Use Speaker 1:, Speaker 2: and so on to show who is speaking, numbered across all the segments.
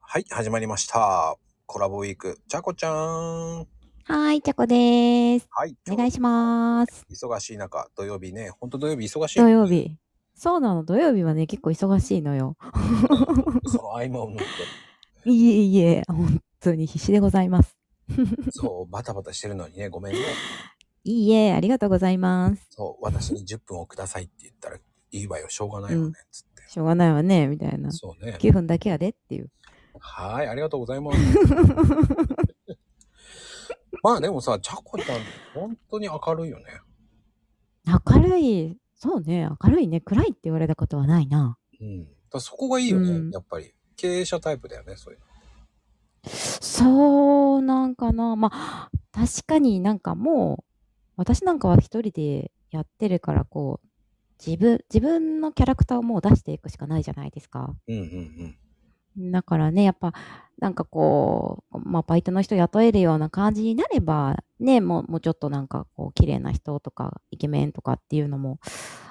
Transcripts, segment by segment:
Speaker 1: はい、始まりました。コラボウィーク、ちゃこちゃーん。
Speaker 2: はーい、ちゃこでーす。
Speaker 1: はい、
Speaker 2: お願いします。
Speaker 1: 忙しい中、土曜日ね、ほんと土曜日忙しい。
Speaker 2: 土曜。日。そうなの、土曜日はね、結構忙しいのよ。
Speaker 1: その合間を縫って、
Speaker 2: いえいえ、本当に必死でございます。
Speaker 1: そう、バタバタしてるのにね、ごめんね。
Speaker 2: いいえ、ありがとうございます。
Speaker 1: そう、私に10分をくださいって言ったら、いいわよ、しょうがないわね、
Speaker 2: うん
Speaker 1: つって。
Speaker 2: しょうがないわね、みたいな。
Speaker 1: そうね。
Speaker 2: 9分だけやでっていう。
Speaker 1: はーい、ありがとうござい ます。まあでもさ、ちゃこちゃん、本当に明るいよね。
Speaker 2: 明るい、そうね、明るいね、暗いって言われたことはないな。
Speaker 1: うん。だからそこがいいよね、
Speaker 2: うん
Speaker 1: やっぱり。経営者タイプだよね、そういうの。
Speaker 2: そうなんかな。まあ、確かになんかもう、私なんかは一人でやってるから、こう、自分、自分のキャラクターをもう出していくしかないじゃないですか。
Speaker 1: うんうん
Speaker 2: だからね、やっぱ、なんかこう、まあ、バイトの人雇えるような感じになれば、ね、もう、もうちょっとなんか、こう、綺麗な人とか、イケメンとかっていうのも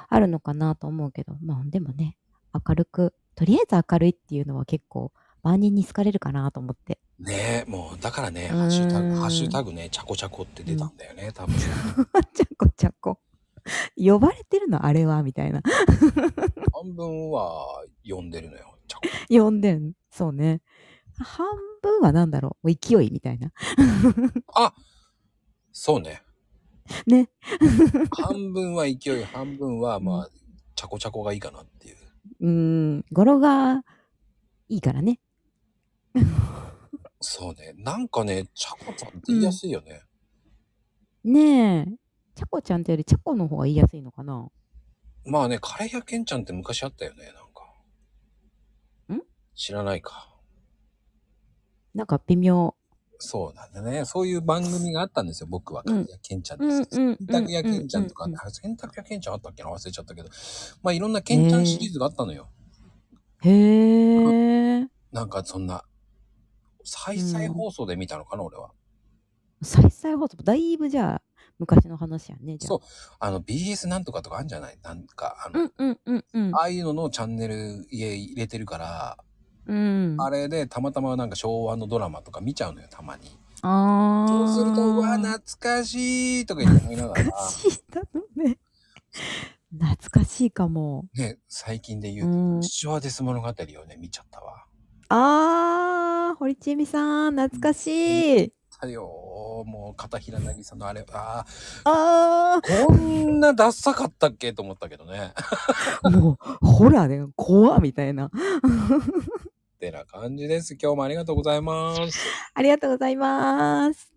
Speaker 2: あるのかなと思うけど、まあ、でもね、明るく、とりあえず明るいっていうのは結構、万人に好かれるかなと思って。
Speaker 1: うん。ねえ、もう、だからね、
Speaker 2: うん
Speaker 1: ハッシュタグ、ハッシュタグね、ちゃこちゃこって出たんだよね、多 分。
Speaker 2: ちゃこちゃこ。呼ばれてるのあれはみたいな。
Speaker 1: 半分は呼んでるのよ、ちゃこ。
Speaker 2: 呼んでん。そうね。半分は何だろう勢いみたいな。
Speaker 1: あそうね。
Speaker 2: ね。
Speaker 1: 半分は勢い、半分は、まあ、ちゃこちゃこがいいかなっていう。
Speaker 2: うーん、語呂がいいからね。
Speaker 1: そうね。なんかね、ちゃこちゃんって言いやすいよね。
Speaker 2: ねえ。ちゃこちゃんってよりちゃこの方が言いやすいのかな
Speaker 1: まあね、カレーやけんちゃんって昔あったよね、なんか。
Speaker 2: ん
Speaker 1: 知らないか。
Speaker 2: なんか微妙。
Speaker 1: そうなんだね。そういう番組があったんですよ、僕は。カレーやけんちゃんです。
Speaker 2: うんうんうん
Speaker 1: 洗濯やけんちゃんとか、
Speaker 2: うん
Speaker 1: ね
Speaker 2: うん、
Speaker 1: あれ洗濯やけんちゃんあったっけな忘れちゃったけど。まあ、いろんなけんちゃんシリーズがあったのよ。
Speaker 2: へえ。
Speaker 1: なんかそんな、再々放送で見たのかな、俺は。
Speaker 2: 再再放送、だいぶじゃあ、昔の話やね。じゃあ
Speaker 1: そう。あの、BS なんとかとかあるんじゃないなんか、あの、
Speaker 2: うんうんうんうん
Speaker 1: あ。あいうののチャンネル家入れてるから、
Speaker 2: うん。
Speaker 1: あれでたまたまなんか昭和のドラマとか見ちゃうのよ、たまに。
Speaker 2: あー
Speaker 1: そうすると、うわ、懐かしいとか言って思い ながら
Speaker 2: 懐、かしいだろうね。懐かしいかも。
Speaker 1: ね、最近で言うと、
Speaker 2: うん、
Speaker 1: 父親です物語をね、見ちゃったわ。
Speaker 2: あー、堀ちえみさん、懐かしい。
Speaker 1: だよーもう片平なぎさんのあれ、あ
Speaker 2: あ
Speaker 1: ーこんなダッサかったっけと思ったけどね。
Speaker 2: ー、もう、ホラーで怖っみたいな。
Speaker 1: ってな感じです。今日もありがとうございます。
Speaker 2: ありがとうございます。